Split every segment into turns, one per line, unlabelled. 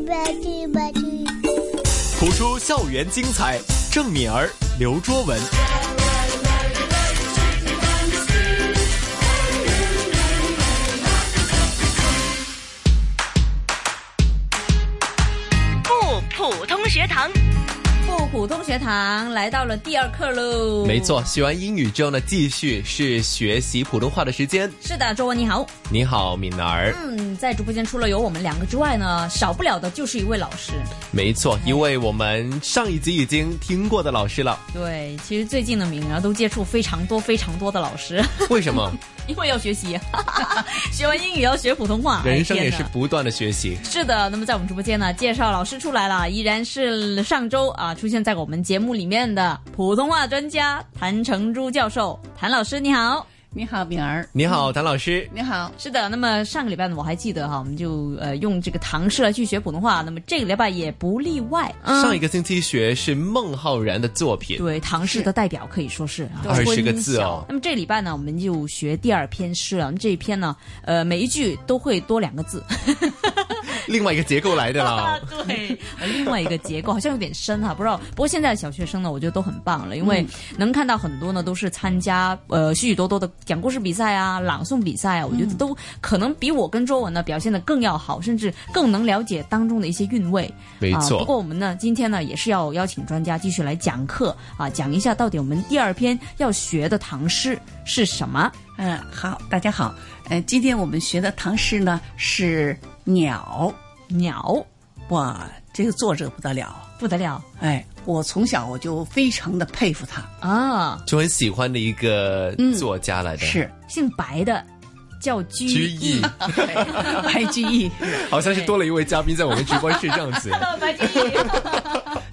吧去吧去。
谱出校园精彩，郑敏儿、刘卓文。
不普通学堂，
不普通学堂来到了第二课喽。
没，错，学完英语之后呢，继续是学习普通话的时间。
是的，周文你好。
你好，敏儿。
嗯，在直播间除了有我们两个之外呢，少不了的就是一位老师。
没错，因为我们上一集已经听过的老师了，
对，其实最近的敏儿都接触非常多非常多的老师，
为什 么？
因为要学习， 学完英语要学普通话，
人生
哎
也
天哪
是不断的学习。
是的，那么在我们直播间呢，介绍老师出来了，依然是上周啊出现在我们节目里面的普通话专家谭成珠教授，谭老师你好。
你好，敏儿。
你好，谭老师。
你好，
是的，那么上个礼拜呢，我还记得哈，我们就呃用这个唐诗来去学普通话，那么这个礼拜也不例外。
上一个星期学是孟浩然的作品，
嗯对唐诗的代表可以说是啊
二十
春
个字
晓
哦。
那么这礼拜呢，我们就学第二篇诗了。这一篇呢，呃，每一句都会多两个字。
另外一个结构 来的啦。
对，啊另外一个结构好像有点深哈，不知道。不过现在的小学生呢，我觉得都很棒了，因为能看到很多呢都是参加呃许许多多的讲故事比赛啊、朗诵比赛啊，我觉得都可能比我跟周文呢表现的更要好，甚至更能了解当中的一些韵味。
没
啊。
错
不过我们呢，今天呢也是要邀请专家继续来讲课啊，讲一下到底我们第二篇要学的唐诗是什么。
嗯、好，大家好，呃，今天我们学的唐诗呢是《鸟
鸟》，
哇，这个作者不得了，
不得了
哎，我从小我就非常的佩服他，
啊，
就很喜欢的一个
嗯
作家来的，
是
姓白的叫居
居 易，
白居易，
好像是多了一位嘉宾在我们直播室这样子。
哦白居易。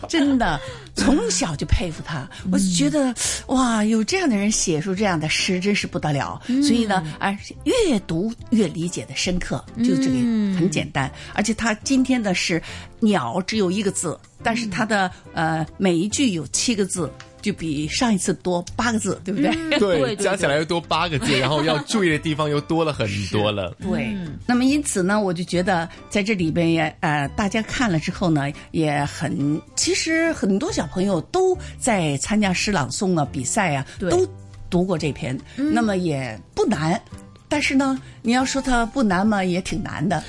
真的从小就佩服他，我就觉得哇，有这样的人写出这样的诗，真是不得了。所以呢，而越读越理解的深刻，就这里
嗯
很简单。而且他今天的是鸟只有一个字，但是他的呃每一句有七个字，就比上一次多八个字，对不对？
嗯对
对，
对
加起来又多八个字，然后要注意的地方又多了很多了。
对，
嗯
那么因此呢，我就觉得在这里边也呃，大家看了之后呢，也很其实很多小朋友都在参加诗朗诵啊比赛啊，
对嗯
都读过这篇，那么也不难。但是呢，你要说它不难嘛，也挺 难的。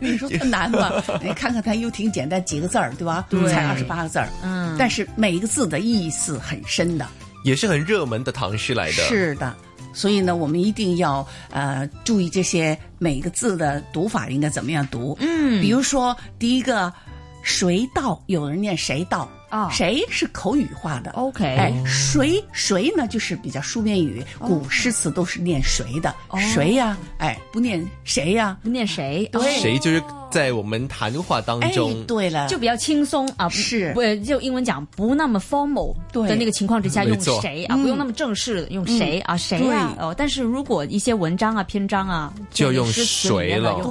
你说它难吧？你看看它又挺简单，几个字儿，对吧？
对
才二十八个字儿。
嗯
但是每一个字的意思很深的。
也是很热门的唐诗来的。，
是的，所以呢，我们一定要呃注意这些每个字的读法应该怎么样读。嗯，比如说第一个“谁道”，有人念“谁道”。
啊
谁是口语化的
OK
哎，谁谁呢？就是比较书面语，古诗词都是念谁的，谁呀、哎，不念谁呀、
不念谁，哦
谁就是在我们谈话当
哎
中，，
对了，
就比较轻松啊，不
是
不就英文讲不那么 formal
对
的那个情况之下
没
用
错嗯
谁啊，不用那么正式用谁啊谁啊
对
哦，但是如果一些文章啊篇章啊，
就
或者
用
诗词里面
谁
呢
了
用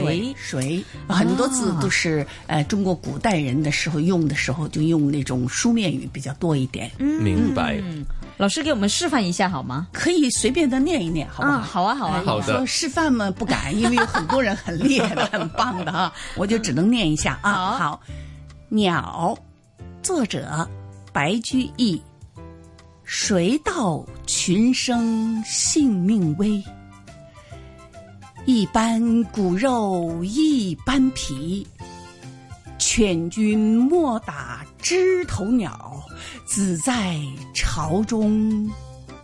谁
对水，很多字都是呃中国古代人的时候用的时候就用那种书面语比较多一点，
明白？
嗯
老师给我们示范一下好吗？
可以随便的念一念，好不
啊，好
好？
啊，好啊，
好哎的
说示范嘛，不敢，因为有很多人很厉害的、很棒的 啊，我就只能念一下
好
啊。好，鸟，作者白居易。谁道群生性命危？一般骨肉一般皮。劝君莫打枝头鸟，子在巢中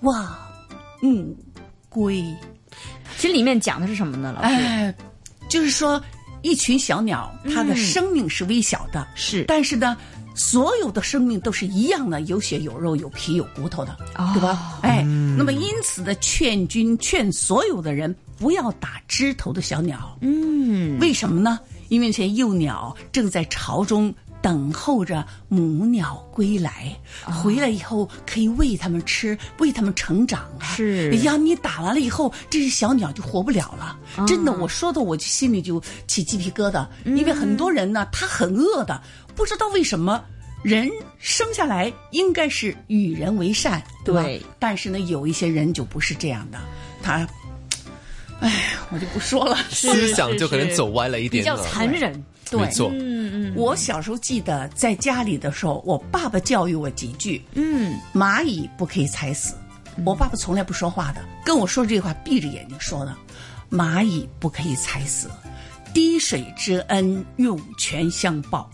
望暮归。
其实里面讲的是什么呢？老师
哎，就是说，一群小鸟，它的生命是微小的，
嗯是
但是呢，所有的生命都是一样的，有血有肉，有皮有骨头的，
哦
对吧？哎，那么因此呢，劝君劝所有的人不要打枝头的小鸟，
嗯，
为什么呢？因为这些幼鸟正在巢中等候着母鸟归来，
啊
回来以后可以喂它们吃，喂它们成长啊。
是
哎呀，你打完了以后，这些小鸟就活不了了。
啊
真的，我说的我就心里就起鸡皮疙瘩，
嗯
因为很多人呢，他很饿的，不知道为什么。人生下来应该是与人为善，对吧？
对
但是呢，有一些人就不是这样的，他，哎，我就不说了。
思想就可能走歪了一
比
点
较
了。
残忍，
对
没错，
嗯嗯
我小时候记得在家里的时候，我爸爸教育我几句：
嗯，
蚂蚁不可以踩死。我爸爸从来不说话的，跟我说这句话闭着眼睛说的：蚂蚁不可以踩死，滴水之恩涌泉相报。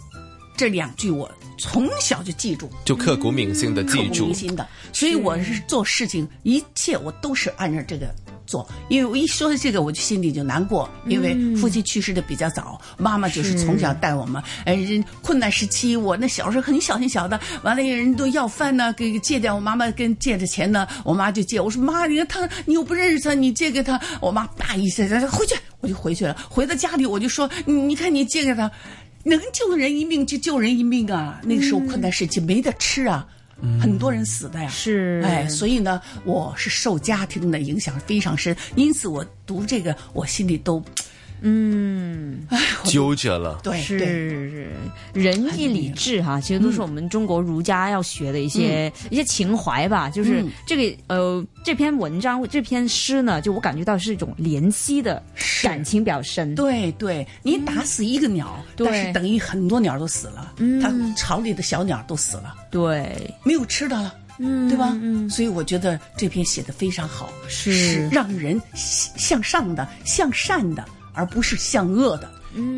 这两句我从小就记住，
就刻骨铭心的
刻
记
骨
住
铭，心的。所以我是做事情，一切我都是按照这个做。因为我一说到这个，我就心里就难过，因为父亲去世的比较早，妈妈就是从
嗯
小带我们。呃，人困难时期，我那小时候很小很小的，完了人都要饭呢，给借点，我妈妈跟借着钱呢，我妈就借。我说妈，你看他，你又不认识他，你借给他。我妈啪一下，回去，我就回去了。回到家里，我就说，你你看你借给他。能救人一命就救人一命啊！那个时候困难时期没得吃啊，很多人死的呀。
嗯是
哎，所以呢，我是受家庭的影响非常深，因此我读这个，我心里都，
嗯
揪着了。
对对。嗯
是仁义礼智哈，其实都是我们中国儒家要学的一些、一些情怀吧。就是
嗯
这个、呃，这篇文章这篇诗呢，就我感觉到是一种怜惜的
是
感情表深。
对对，你打死一个鸟，
嗯对嗯
但是等于很多鸟都死了，它巢里的小鸟都死了，
对，
没有吃的了，
嗯
对吧？
嗯，
所以我觉得这篇写的非常好，
是
让人向向上的、向善的，而不是向恶的。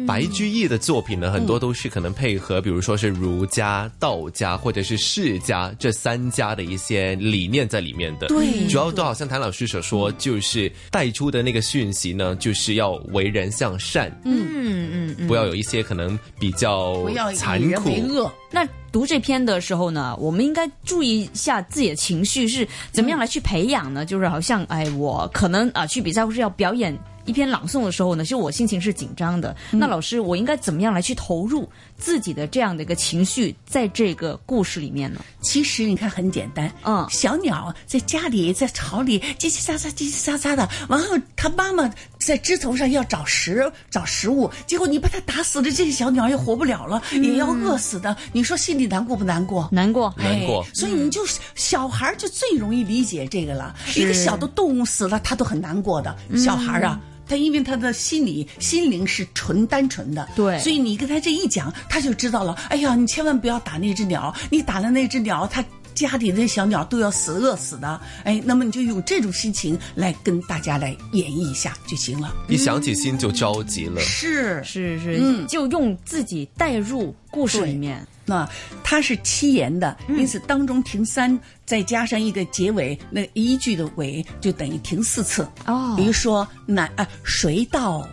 白居易的作品呢，很
嗯
多都是可能配合，比如说是儒家、道家或者是世家这三家的一些理念在里面的。
对
主要都好像谭老师所说，就是带出的那个讯息呢，就是要为人向善，
嗯嗯嗯。
不要有一些可能比较
不要
残
以人
酷
为。恶。
那读这篇的时候呢，我们应该注意一下自己的情绪是怎么样来去培养呢？就是好像哎，我可能啊去比赛或是要表演一篇朗诵的时候呢，其实我心情是紧张的。那老师，我应该怎么样来去投入自己的这样的一个情绪在这个故事里面呢？
其实你看很简单，
嗯
小鸟在家里在巢里叽叽喳喳叽叽喳喳的，然后它妈妈在枝头上要找食找食物，结果你把它打死了，这个小鸟也活不了了，也要饿死的，你说心里难过不难过？
难过，
难过
哎，所以你就是小孩儿就最容易理解这个了。一个小的动物死了，他都很难过的。小孩儿啊，他因为他的心理心灵是纯单纯的，
对
所以你跟他这一讲，他就知道了。哎呀，你千万不要打那只鸟，你打了那只鸟，它家里的小鸟都要死饿死的。哎，那么你就用这种心情来跟大家来演绎一下就行了。
一想起心就着急了。
是
是是，
嗯
就用自己带入故事里面。
那它是七言的，因此当中停三，再加上一个结尾，那一句的尾就等于停四次。
哦
比如说“乃啊，谁道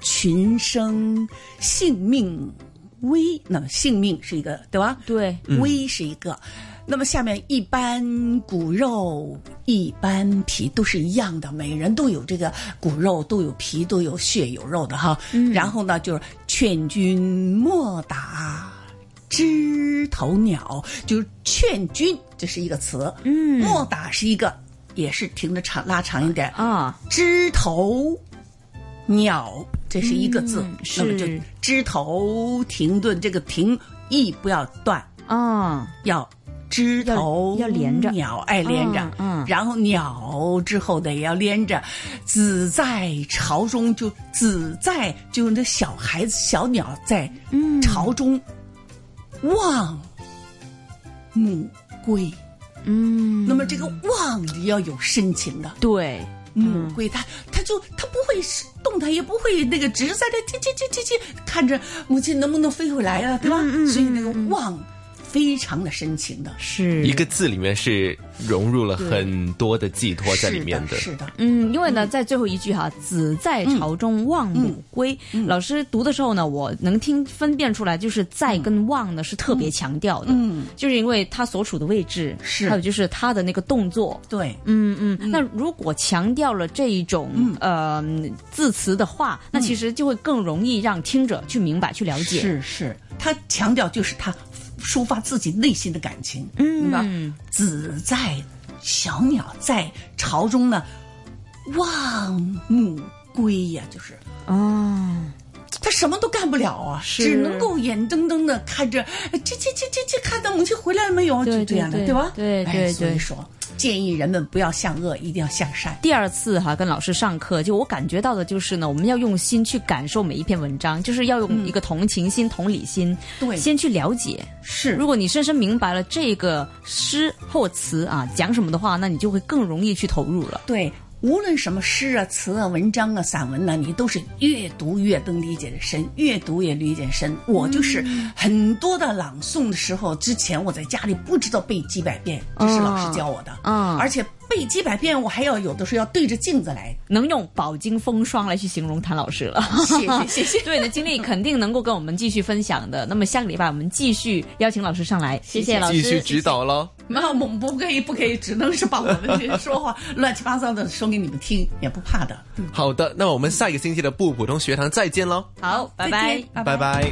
群生性命危”，那么性命是一个对吧？
对，
危是一个。那么下面一般骨肉一般皮都是一样的，每人都有这个骨肉，都有皮，都有血有肉的哈。
嗯
然后呢，就是劝君莫打枝头鸟，就是劝君，这是一个词。嗯，莫打是一个，也是停的长拉长一点。
啊，
枝头鸟，这是一个字，
嗯
那么就是枝头停顿，这个停意不要断，
啊，
要枝头
要要连着
鸟，哎，连着，
嗯
然后鸟之后的也要连着，子在巢中就子在就是那小孩子小鸟在巢中望母归，
嗯，
那么这个望你要有深情的。
对，嗯
母龟，它它就它不会是动弹，也不会那个，只是在这叽叽叽叽叽看着母亲能不能飞回来啊，对吧？
嗯
所以那个望非常的深情的，
是
一个字里面是融入了很多的寄托在里面的，
是的，
嗯，因为呢，在最后一句哈，“子在巢中望母归”，老师读的时候呢，我能听分辨出来，就是“在”跟“望”呢是特别强调的，
嗯，
就是因为他所处的位置，
是
还有就是他的那个动作，
对。
嗯嗯。那如果强调了这一种呃字词的话，那其实就会更容易让听者去明白、去了解。
是是，他强调就是他抒发自己内心的感情，嗯吧？子在小鸟在巢中呢，望母归呀、就是
哦，
他什么都干不了啊，
是
只能够眼睁睁的看着，呃这这这这这，看到母亲回来了没有？
对
就这样的，
对对
吧？
对对
哎，
对
所以说，建议人们不要向恶，一定要向善。
第二次哈、跟老师上课，就我感觉到的就是呢，我们要用心去感受每一篇文章，就是要用一个同情心、同理心，
对
先去了解。
是
如果你深深明白了这个诗或词啊讲什么的话，那你就会更容易去投入了。
对，无论什么诗啊、词啊、文章啊、散文呐、你都是越读越能理解的深，越读越理解得深。我就是
嗯
很多的朗诵的时候，之前我在家里不知道背几百遍，这是老师教我的。
嗯
而且背几百遍，我还要有的时候要对着镜子来。
能用饱经风霜来去形容谭老师了。
谢谢谢谢。
对你的经历肯定能够跟我们继续分享的。那么下个礼拜我们继续邀请老师上来，谢谢老
继
师，
续指导喽。
那我们不可以，不可以，只能是把我们这些说话 乱七八糟的说给你们听，也不怕的。
好的，那我们下一个星期的不普通学堂再见喽，
好，拜拜
再见。拜
拜拜